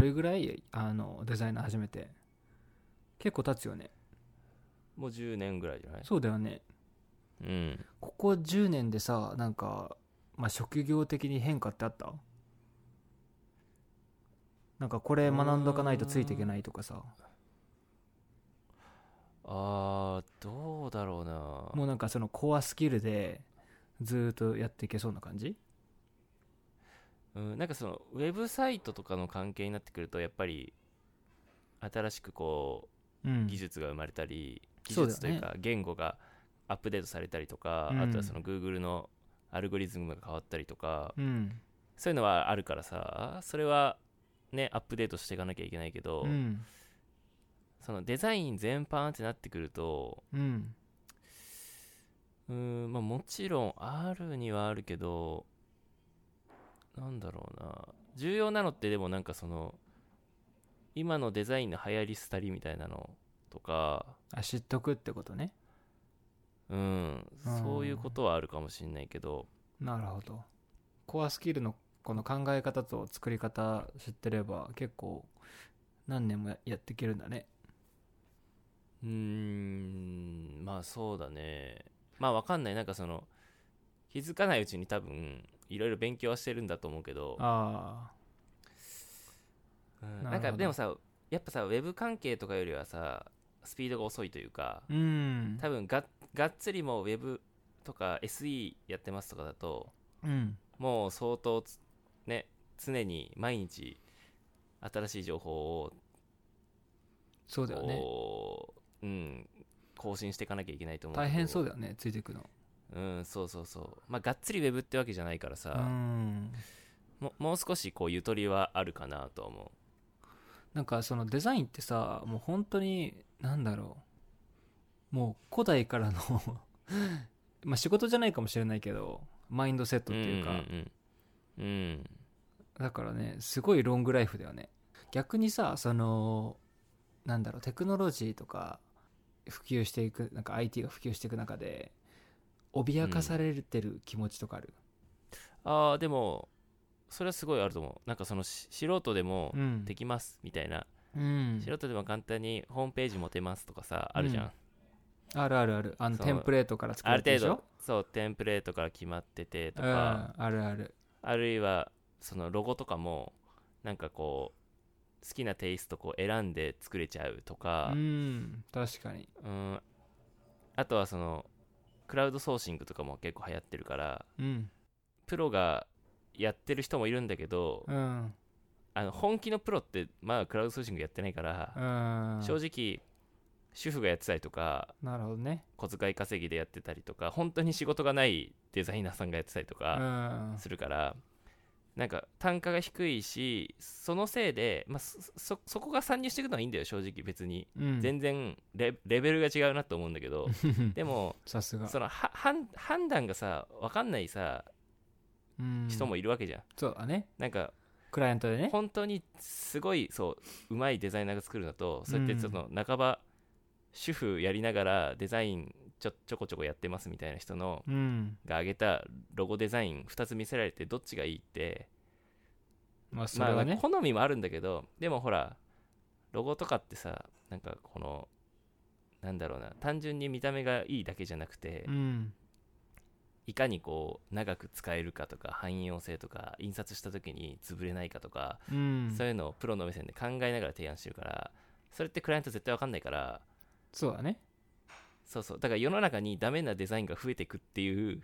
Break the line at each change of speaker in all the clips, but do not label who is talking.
れぐらいあのデザイナー始めて結構経つよね
もう10年ぐらいじゃない
そうだよね
うん
ここ10年でさなんか、まあ、職業的に変化ってあったなんかこれ学んどかないとついていけないとかさ
あーどうだろうな
もうなんかそのコアスキルでずーっとやっていけそうな感じ
うん、なんかそのウェブサイトとかの関係になってくるとやっぱり新しくこ
う
うん技術が生まれたり、
そう
技
だよ
術というか言語がアップデートされたりとか、
うん
あとはその Google のアルゴリズムが変わったりとか、
うん
そういうのはあるからさそれはねアップデートしていかなきゃいけないけど、
うん
そのデザイン全般ってなってくると
うん
うーんまあもちろんあるにはあるけどなんだろうな重要なのってでもなんかその今のデザインの流行り廃りみたいなのとか
あ知っとくってことね
うん
うん
そういうことはあるかもしれないけど
なるほどコアスキルのこの考え方と作り方知ってれば結構何年もややっていけるんだね
うーんまあそうだねまあわかんないなんかその気づかないうちに多分いろいろ勉強はしてるんだと思うけど
あ
うん
なるほど
なんかでもさやっぱさウェブ関係とかよりはさスピードが遅いという
あ
か
うん
多分ががっつりもうウェブとか SE やってますとかだと
うん
もう相当つね常に毎日新しい情報を
そうだよね
こう、うん、更新していかなきゃいけないと思うけど
大変そうだよねついていくの
うんそうそうそうまあがっつりウェブってわけじゃないから
う
さ、
ん
ももう少しこうゆとりはあるかなとは思
なんかそのデザインってさもう本当に何だろうもう古代からの まあ仕事じゃないかもしれないけどマインドセッ
う
トっていうか、
うんうんうん
だからねすごいロングライフだよね逆にさそのなんだろうテクノロジーとか普及していくなんか IT が普及していく中で脅かされてる気持ちとかある、
ああでもそれはすごいあると思うなんかそのし素人でも
ん
できますみたいな、
うん
素人でも簡単にホームページ持てますとかさあるじゃん、
うんあるあるあるあの
そう
テンプレートから作
あ
ら
る
れてる
程
でしょ
度そうテンプレートから決まっててと
うん
か、
あるある
あるいはそのロゴとかもなんかこう好きなテイストこう選んで作れちゃうとか
う、ん確かに
うん、あとはそのクラウドソーシングとかも結構流行ってるから
うん
プロがやってる人もいるんだけど、
うん
あの本気のプロってまあクラウドソーシングやってないから、
うん
正直主婦がやってたりとか
なるほどね
小遣い稼ぎでやってたりとか本当に仕事がないデザイナーさんがやってたりと
う
か
ん
するから、なんか単価が低いしそのせいで、まあ、そそそこが参入していくのはいいんだよ正直別に、
うん
全然レレベルが違うなと思うんだ けどでも
さすが
そのは判判断がさ分かんないさ
うん
人もいるわけじゃん、
そうだね
なんか
クライアントでね
本当にすごいそううまいデザイナーが作るのとそうやって
うん
その半ば主婦やりながらデザインちょちょこちょこやってますみたいな人の
うん
が上げたロゴデザイン2つ見せられてどっちがいいって、
まあそ
ま
れは
あまあ
ね
好みもあるんだけどでもほらロゴとかってさなんかこのなんだろうな単純に見た目がいいだけじゃなくて
うん
いかにこう長く使えるかとか汎用性とか印刷した時に潰れないかとか
うん
そういうのをプロの目線で考えながら提案してるから、それってクライアント絶対わかんないから、
そうだね
そうそう、だから世の中にダメなデザインが増えていくって いう、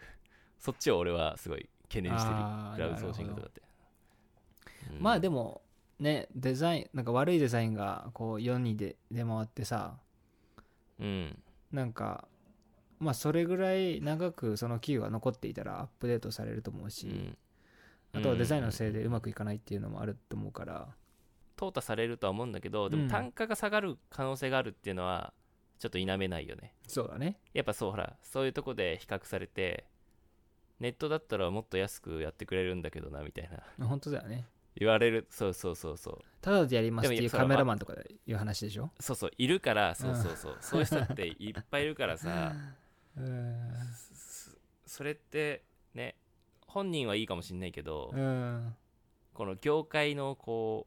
そっちを俺はすごい懸念してる。
あー
クラウドソーシング
な
と
るほ
かって。
どまあで
も、
もねデザインなんか悪いデザインがこう世にで出回ってさ
うん、
なんかまあそれぐらい長くその企業が残っていたらアップデートされると思う
う
し
ん。
あとはデザインのせいでうま
く。
くいかないっていうのもあると思うから
淘汰されるとは思うんだけど、で
う
も
ん
単価が下がる可能性があるっていうのは、ちょっと否めないよね。
そうだね
やっぱそう、ほら、そういうとこで比較されて、ネットだったらもっと安くやってくれるんだけどな、みたいな。
本当だよね
言われる、そうそうそうそう。
ただでやりますってい
で
う
もそれ
カ
は
メラマンとかでいう話でしょ
そうそういるから
う
そ
ん
うそうそう、そういう人っていっぱいいるからさ
うん
そそれってね本人はいいかもしんないけど、
うん
この業界のこ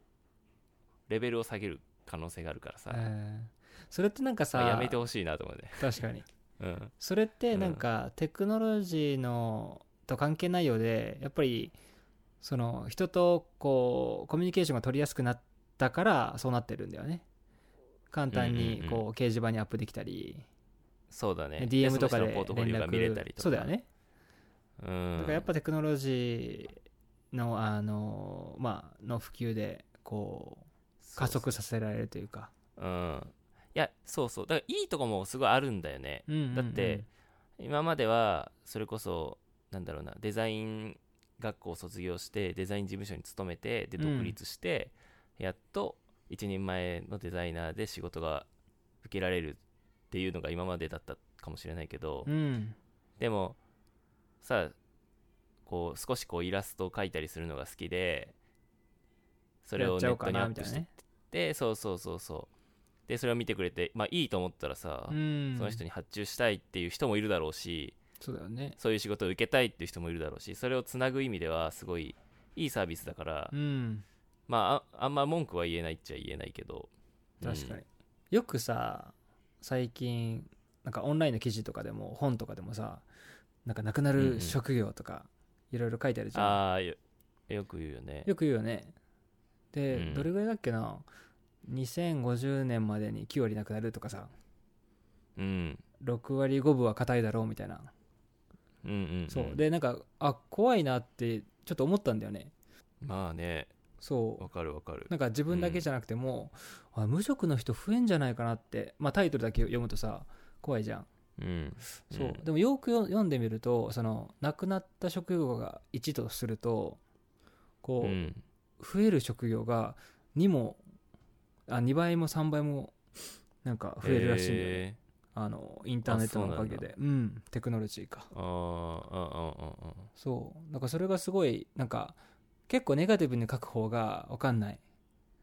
うレベルを下げる可能性があるからさ、
うんそれってなんかさ
まあやめてほしいなと思うね、
確かに
うん、
それってなんかテクノロジーのと関係ないようでやっぱりその人とこうコミュニケーションが取りやすくなったからそうなってるんだよね簡単に
うんうん
こう掲示板にアップできたり、
そうだね
DM とかで
その人のポートフォ
連
リオが見れたり
絡
とか
そうだよね、
うん、
だからやっぱテクノロジーのあの,、まあの普及でこう加速させられるというか
そうそううんいやそうそうだからいいとこもすごいあるんだよね、
うんうんうん
だって今まではそれこそなんだろうなデザイン学校を卒業してデザイン事務所に勤めてで
うん
独立して、やっと一人前のデザイナーで仕事が受けられるっていうのが今までだったかもしれないけど、
うん
でもさこう少しこうイラストを描いたりするのが好きでそれ
や
を
っち
ネ
ゃおう
ッ
か
トにア
な
ッ
み
プ
たい
し
な
て
ね
でそうそうそうそうでそれを見てくれてまあいいと思ったらさ、
うん
その人に発注したいっていう人もいるだろうし
そうだよね
そういう仕事を受けたいっていう人もいるだろうしそれをつなぐ意味ではすごいいいサービスだから、
うん
まあああんま文句は言えないっちゃ言えないけど
確かに、
うん
よくさ最近なんかオンラインの記事とかでも本とかでもさなんかなくな
うんう
る
ん
職業とかいろいろ書いてあるじゃん、
ああよよく言うよね
よく言うよねで、
うん
どれぐらいだっけな2050年までに9割なくなるとかさ
うん
6割5分は硬いだろうみたいな、
うんうん、うん、
そうでなんかあ怖いなってちょっと思ったんだよね
まあね
そう
わかるわかる
なんか自分だけじゃなくても、あ無職の人増えんじゃないかなって、まあ、タイトルだけ読むとさ怖いじゃん
うん
そう、
うん
でもよくよ読んでみるとその亡くなった職業が1とするとこう、
うん
増える職業が2もあ2倍も3倍もなんか増えるらしいんだよね、
へ
あのインターネットのおかげでうんテクノロジーか
ーあーあーあーあー
そうなんかそれがすごいなんか結構ネガティブに書く方が分かんない、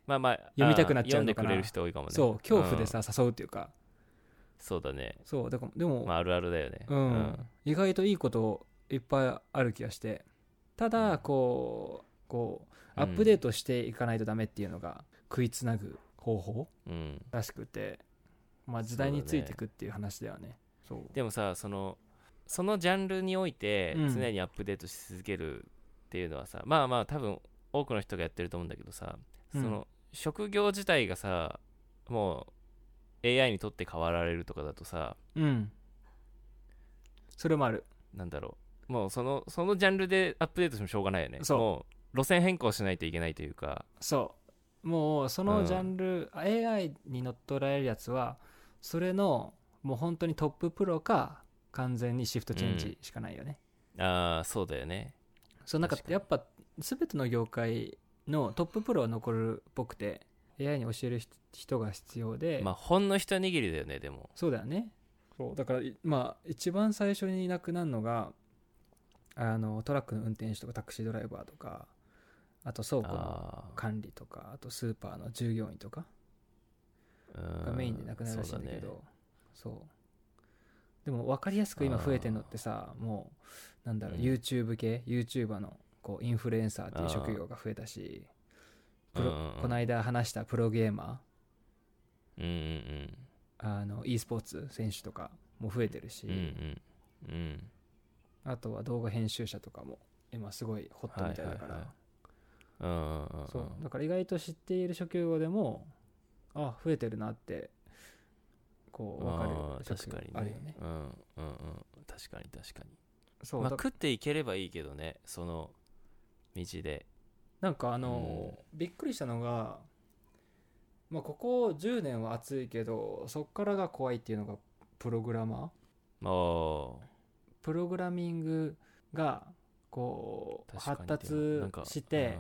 まあまあ
読みたくなっちゃう
あー読ん
の
で
か
く
な
れる人多いかもね
そう恐怖で
ん
さ誘うっていうか
そうだね
そうだからでも、
まああるあるだよね
うん意外といいこといっぱいある気がしてた
う
だ
ん
こうこう
うん
アップデートしていかないとダメっていうのが食いつなぐ方法
うん
らしくて、まあ、時代についていくっていう話だよねそう
でもさそのそのジャンルにおいて
うん
常にアップデートし続けるっていうのはさ、まあまあ多分多くの人がやってると思うんだけどさその職業自体がさもう AI にとって変わられるとかだとさ
うんそれもある
なんだろうもうそのそのジャンルでアップデートしてもしょうがないよね
そう
もう路線変更しないといけないというか
そうもうその
うん
ジャンル、AI に乗っ取られるやつはそれのもう本当にトッププロか完全にシフトチェンジしかないよね、
ああそうだよね
そうなんか
確かに
やっぱ全ての業界のトッププロは残るっぽくて AI に教える人人が必要で、
まあほんの一握りだよねでも
そうだよねそうだからいまあ一番最初にいなくなるのがあのトラックの運転手とかタクシードライバーとかあと倉庫の
あ
管理とかあとスーパーの従業員とか
ー
がメインでなくなるらしいんだけ
うん
どそう,、でも分かりやすく今増えてるのってさもうなんだろう、
うん
YouTube 系 YouTuber のこうインフルエンサーっていう職業が増えたしプロ
うんうんうん
この間話したプロゲーマ
そうだねうんうん
ーあの e スポーツ選手とかも増えてるし、
うんうんうんうん
あとは動画編集者とかも今すごいホットみたいだから、
はいはいはうんうんうんうん
そうだから意外と知っている職業でもあ増えてるなってこう分かる
あー確
職
か
業
にね
あるよね
うんうんうん確かに確かに
そう、
まあ
だ
食っていければいいけどねその道で
なんかあの、びっくりしたのが、まあ、ここ10年は暑いけどそっからが怖いっていうのがプログラマー
ああ
プログラミングがこう発
確かにでも
達
なんか
して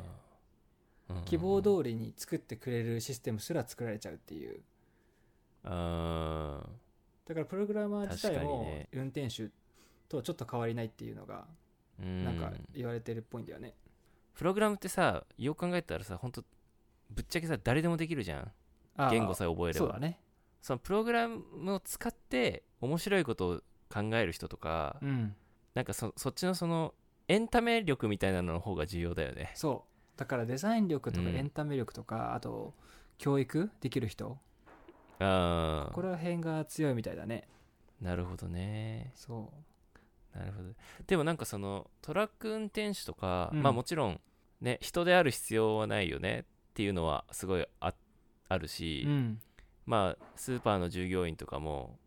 うんうんうん
希望通りに作ってくれるシステムすら作られちゃうっていう
うん
だからプログラマー自体
確かに
も
ね
運転手とちょっと変わりないっていうのが
うん
なんか言われてるっぽいんだよね、
プログラムってさよく考えたらさ本当ぶっちゃけさ誰でもできるじゃん
ああ
言語さえ覚えれ
そう
ば
だね
そのプログラムを使って面白いことを考える人とか、
うん
なんかそそっちのそのエンタメ力みたいなのの方が重要だよね
そうだからデザイン力とか
うん
エンタメ力とか、あと教育できる人
あ
これは辺が強いみたいだね
あなるほどね
そ
なるほどでもなんかそのトラック運転手とか、
うん
まあもちろんね人である必要はないよねっていうのはすごいああるし、
ううん
まあスーパーの従業員とかも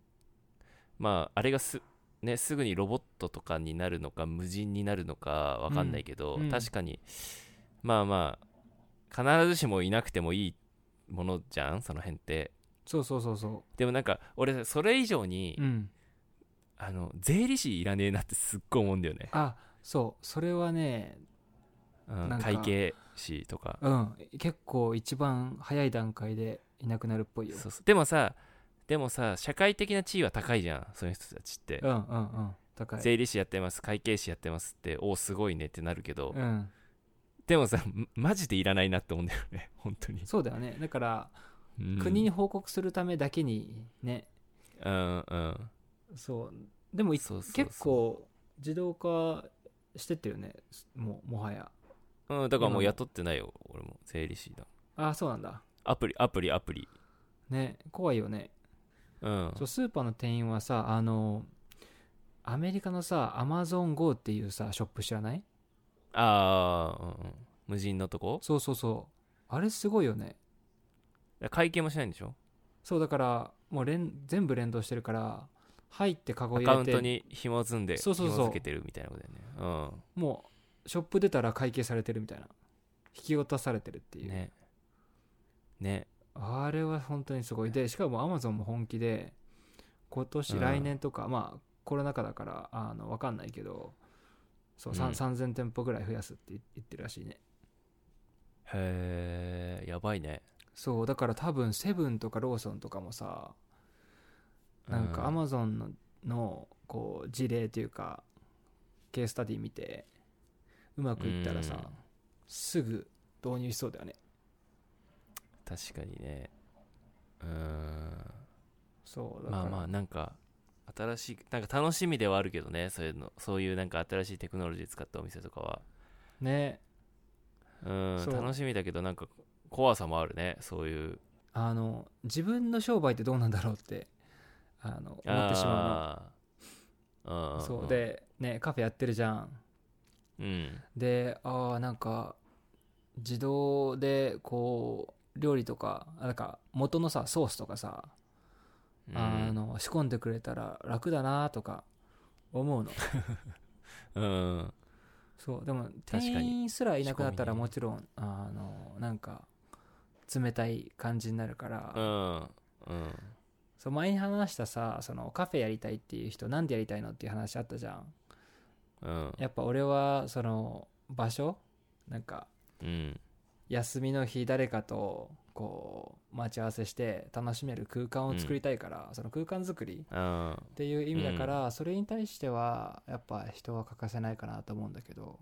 まああれがす,、ね、すぐにロボットとかになるのか無人になるのかわかんないけど、
うんうん
確かにまあまあ必ずしもいなくてもいいものじゃんその辺って
そうそうそうそ
でもなんか俺それ以上に、
ううん
あの税理士いらねえなってすっごい思うんだよね、
あそうそれはね
うん
なんか
会計士とか
うん結構一番早い段階でいなくなるっぽいよ
そうそうでもさでもさ社会的な地位は高いじゃんそういう人たちって、
うんうんうん高い
税理士やってます会計士やってますっておおすごいねってなるけど、
うん
でもさんマジでいらないなって思うんだよね 本当に、
そうだよねだから
うん
国に報告するためだけにね
うんうん
そうでもい
そうそうそう
結構自動化してったよねもうもはや
うんだから
今
も
の
う雇ってないよ俺も税理士だ
あそうなんだ
アプリアプリアプリ
ね怖いよね
うん
そうスーパーの店員はさあのアメリカのさアマゾン GO っていうさショップ知らない
ああ、うんうん、無人のとこ
そうそうそうあれすごいよね
会計もしないんでしょ
そうだからもう連全部連動してるから入ってカゴ
ア
入
カウ
れ
ント
て
に紐積んで
そうそうそう
紐付けてるみたいなことだよねうん
もうショップ出たら会計されてるみたいな引き渡されてるっていう、
ねね
あれは本当にすごいでしかもアマゾンも本気で今年、
うん
来年とかまあコロナ禍だからあの分かんないけどそう、さん
うん
3000店舗ぐらい増やすって言言ってるらしいね
へえやばいね
そうだから多分セブンとかローソンとかもさなんかア
ま
マゾンの,、のこう事例というかケーススタディ見てうまくいったらさ、
うん
すぐ導入しそうだよね
確かにねうん
そうだか
ま
ら
あまあなんか新しいなんか楽しみではあるけどねそういうのそういうなんか新しいテクノロジー使ったお店とかは
ね
うん
そう
楽しみだけどなんか怖さもあるねそういう
あの自分の商売ってどうなんだろうってあの思ってしま
あ
う
ー
の
ん
そうでねカフェやってるじゃん
うん
でああなんか自動でこう料理とかあなんか元のさソースとかさ、
うん
あの仕込んでくれたら楽だなとか思う の
うん
そうでも
かに
店員すらいなくなったら
仕込みね
もちろんあのなんか冷たい感じになるから、
うんうん
そう前に話したさそのカフェやりたいっていう人なんでやりたいのっていう話あったじゃん
うん
やっぱ俺はその場所なんか
うん
休みの日誰かとこう待ち合わせして楽しめる空間を作りたいから、その空間作り
あ
っていう意味だから、それに対してはやっぱ人は欠かせないかなと思うんだけど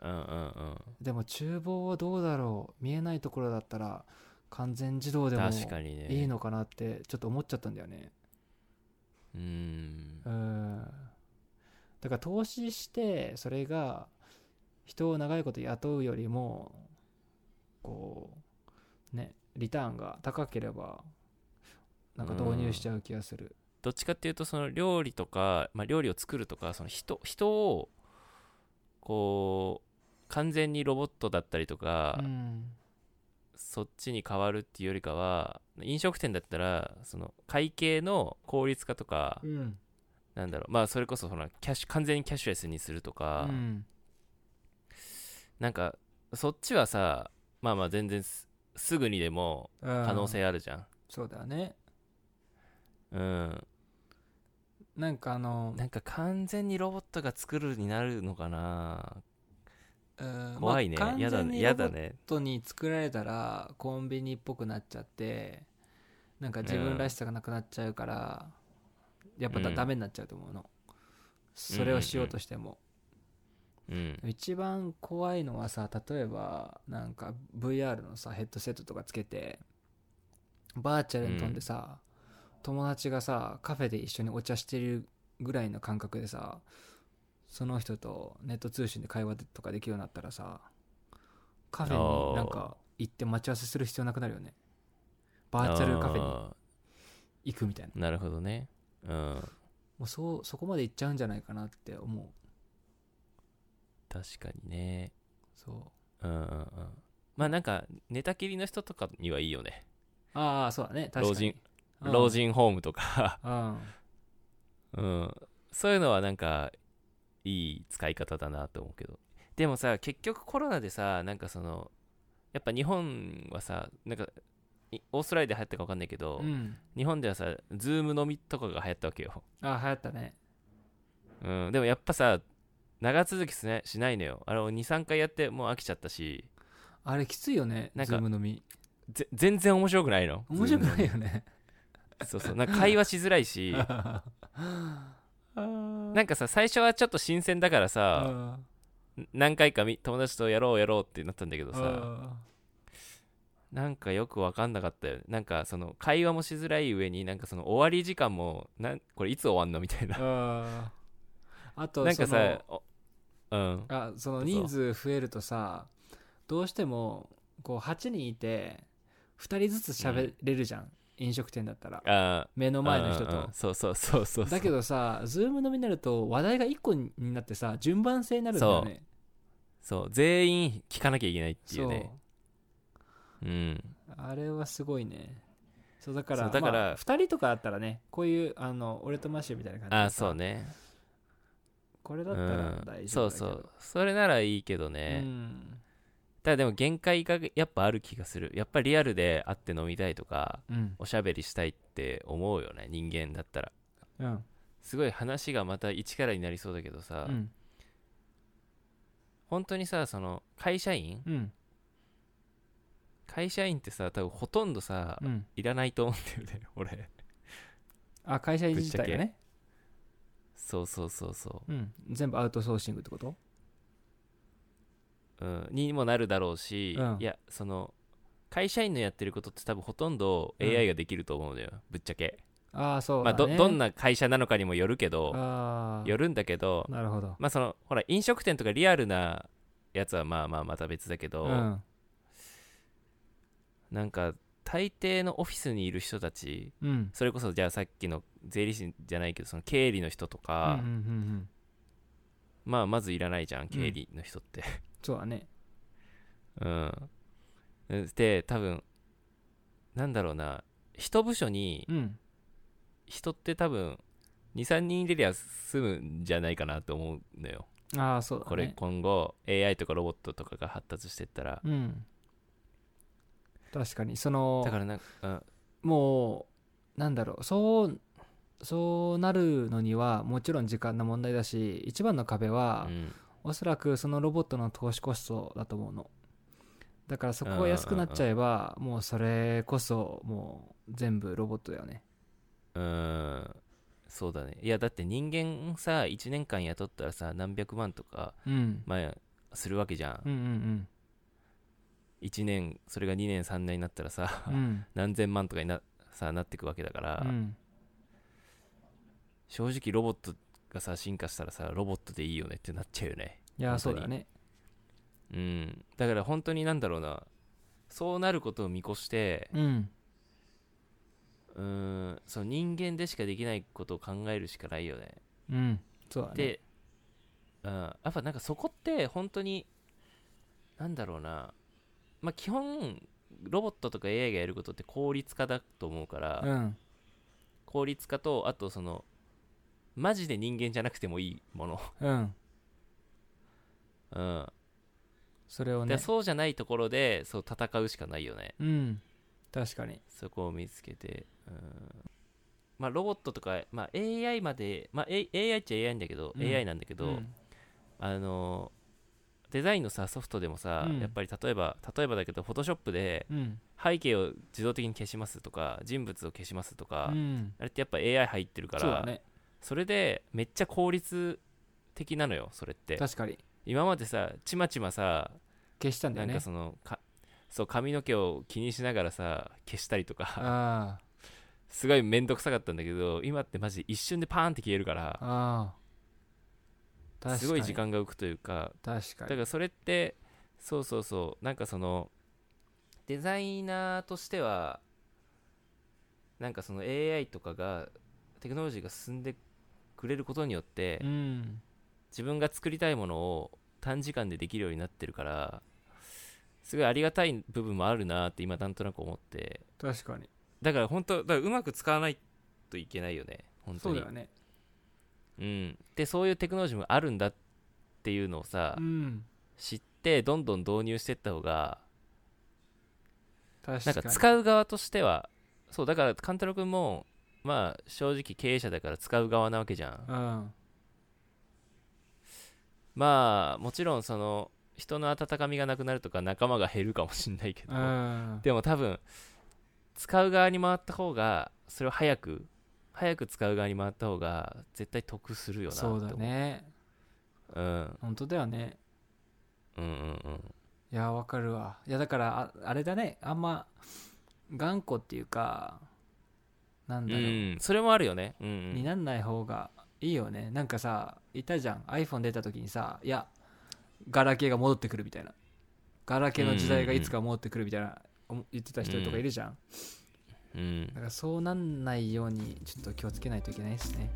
ーうんうん
でも厨房はどうだろう見えないところだったら完全自動
う
で
ん
も
確かにね
いいのかなってちょっと思っちゃったんだよね。
うん
うんだから投資してそれが人を長いこと雇うよりもこうねリターンが高ければなんか導入しちゃう気がする、
どっちかっていうとその料理とか、まあ、料理を作るとかその人人をこう完全にロボットだったりとか、
うん
そっちに変わるっていうよりかは飲食店だったらその会計の効率化とか、
うん
なんだろうまあそれこそそのキャッシュ完全にキャッシュレスにするとか、
うん
なんかそっちはさまあまあ全然すすぐにでも可
可
能性あるじゃん。
そうだよね
うん、
なんかあの
なんか完全にロボットが作るになるのかな
うん
怖いね、
まあ
やだ
完全
ね
に
やだ
ロボッ
ね
トに作られたらコンビニっぽくなっちゃってなんか自分らしさがなくなっちゃうから、やっぱだ、
うん
ダメになっちゃうと思うのそれをしようとしても、
うん
一番怖いのはさ例えばなんか VR のさヘッドセットとかつけてバーチャルに飛んでさ、友達がさカフェで一緒にお茶してるぐらいの感覚でさその人とネット通信で会話とかできるようになったらさカフェになんか行って待ち合わせする必要なくなるよねバーチャルカフェに
あ
行くみたいな
ーなるほどねうん
もうそうそこまで行っちゃうんじゃないかなって思う
確かにね
そう
うんうんうんまあなんか寝たきりの人とかにはいいよね
ああそうだね確かに
老人
うん
老人ホームとか
うん
うんそういうのはなんかいい使い方だなと思うけどでもさ結局コロナでさなんかそのやっぱ日本はさなんかいオーストラリアで流行ったか分かんないけど、
うん
日本ではさズーム飲みとかが流行ったわけよ、
ああ流行ったね
うん、でもやっぱさ長続きす、ね、しないのよあれ23回やってもう飽きちゃったし
あれきついよね
なん
ズ
か
ーム飲み
ぜ全然面白くないの
面白くない
Zoom
よね
のそうそうなんか会話しづらいし
あ
なんかさ最初はちょっと新鮮だからさ
あ
何回かみ友達とやろうやろうってなったんだけどさ
あ
なんかよく分かんなかったよねなんかその会話もしづらい上になんかその終わり時間もなんこれいつ終わんのみたいな
ああと
なんか
その
さおうん
あその
うぞ
人数増えるとさどうしてもこう8人いて2人ずつ喋れるじゃん、飲食店だったら
あー
目の前の人
うんうんう
と
んそうそうそうそうそう
だけどさズームのみになると話題が1個になってさ順番性になるんだよね
そう全員聞かなきゃいけないってい
そうう
ねうん
あれはすごいねそうだから
そうだから
まあ2人とかだったらねこういうあの俺とマッシュみたいな感じでさ
あーそうね
これだ
う
ったら
ん
大丈夫
そう
だけど、
そうそれならいいけどね、
うん
ただでも限界がやっぱある気がするやっぱりリアルで会って飲みたいとか
うん
おしゃべりしたいって思うよね人間だったら
うん
すごい話がまた一からになりそうだけどさ、
うん
本当にさその会社員
うん
会社員ってさ多分ほとんどさ、
うん
いらないと思うんだよね 俺
あ会社員自体が
ぶっ
ね、
そうそうそうそ
うん、全部アウトソーシングってこと
う、うん、にもなるだろうし、
うん
いやその会社員のやってることって多分ほとんど
うん
AI ができると思うのよ、ぶっちゃけ、
ああそう
ま
だ、
あ
ね
どどんな会社なのかにもよるけど
ああ
よるんだけど
なるほど
まあそのほら飲食店とかリアルなやつはまあまあまた別だけど、
うん
なんか大抵のオフィスにいる人たち
うん
それこそじゃあさっきの税理士じゃないけどその経理の人と
う
か、
んうんうんうん
まあまずいらないじゃん経理の人って、
そうだね
うん、で多分なんだろうな一部署に
うん
人って多分23人入れりゃ済むんじゃないかなと思うのよ
ああそうだね
これ今後 AI とかロボットとかが発達してったら
うん確かにその
だからなんか、うん、
もうなんだろうそうそうなるのにはもちろん時間の問題だし一番の壁は、
うん
おそらくそのロボットの投資コストだと思うのだからそこが安くなっちゃえばもうそれこそもう全部ロボットだよね
うーんそうだねいやだって人間さ1年間雇ったらさ何百万とか、
うん
まあ、するわけじゃん、
うんうん
1年それが2年3年になったらさ、
うんうん
何千万とかになさなってくわけだから、
うん
正直ロボットがさ進化したらさロボットでいいよねってなっちゃうよね
いや
本当
そ
に
うだね
うんだから本当になんだろうなそうなることを見越して
うん
うーんその人間でしかできないことを考えるしかないよね
うんそうだね
で、うん、やっぱなんかそこって本当になんだろうなまあ基本ロボットとか AI がやることって効率化だと思うから、
うん
効率化とあとそのマジで人間じゃなくてもいいもの、
うん
うん
それを
で
ね
そうじゃないところでそう戦うしかないよね
うん確かに
そこを見つけて、うんまあ、ロボットとか、まあ、AI まで、まあ、A- AI っちゃ AI んだけど、
うん
AI なんだけど、
うん
あのデザインのさソフトでもさ、
うん
やっぱり例えば例えばだけどフォトショップで
うん
背景を自動的に消しますとか人物を消しますとか、
うん
あれってやっぱ AI 入ってるか
そう
ら
だね
それでめっちゃ効率的なのよそれって
確かに
今までさちまちまさ
消したんだ
な
よ
ん
ね
かそのかそう髪の毛を気にしながらさ消したりとか
あ
すごい面倒くさかったんだけど今ってマジ一瞬でパーンって消えるか
あ
ら
ああ確かに
すごい時間が浮くというか
確か
だか
に
らそれってそうそうそうなんかそのデザイナーとしてはなんかその AI とかがテクノロジーが進んでくれることによって、
うん
自分が作りたいものを短時間でできるようになってるからすごいありがたい部分もあるなって今なんとなく思って
確かに
だから本当だからうまく使わないといけないよね本当
そう
に
だよね
うん、でそういうテクノロジーもあるんだっていうのをさ、
うん
知ってどんどん導入していった方が
確か
なん
に
か使う側としてはそうだから勘太郎君もまあ正直経営者だから使う側なわけじゃん
うん
まあもちろんその人の温かみがなくなるとか仲間が減るかもしんないけど、
うん
でも多分使う側に回った方がそれを早く早く使う側に回った方が絶対得するよなって
そ
思
うだね
うん
本当だよね
うんうん
いやわかるわいやだからああれだねあんま頑固っていうかなん
うん
だろう、
うんそれもあるよねうんうん
になんない方がいいよねなんかさいたじゃん iPhone 出た時にさいやガラケーが戻ってくるみたいなガラケーの時代がいつか戻ってくるみたいなおも言ってた人とかいるじゃん、
うん
だからそうなんないようにちょっと気をつけないといけないですね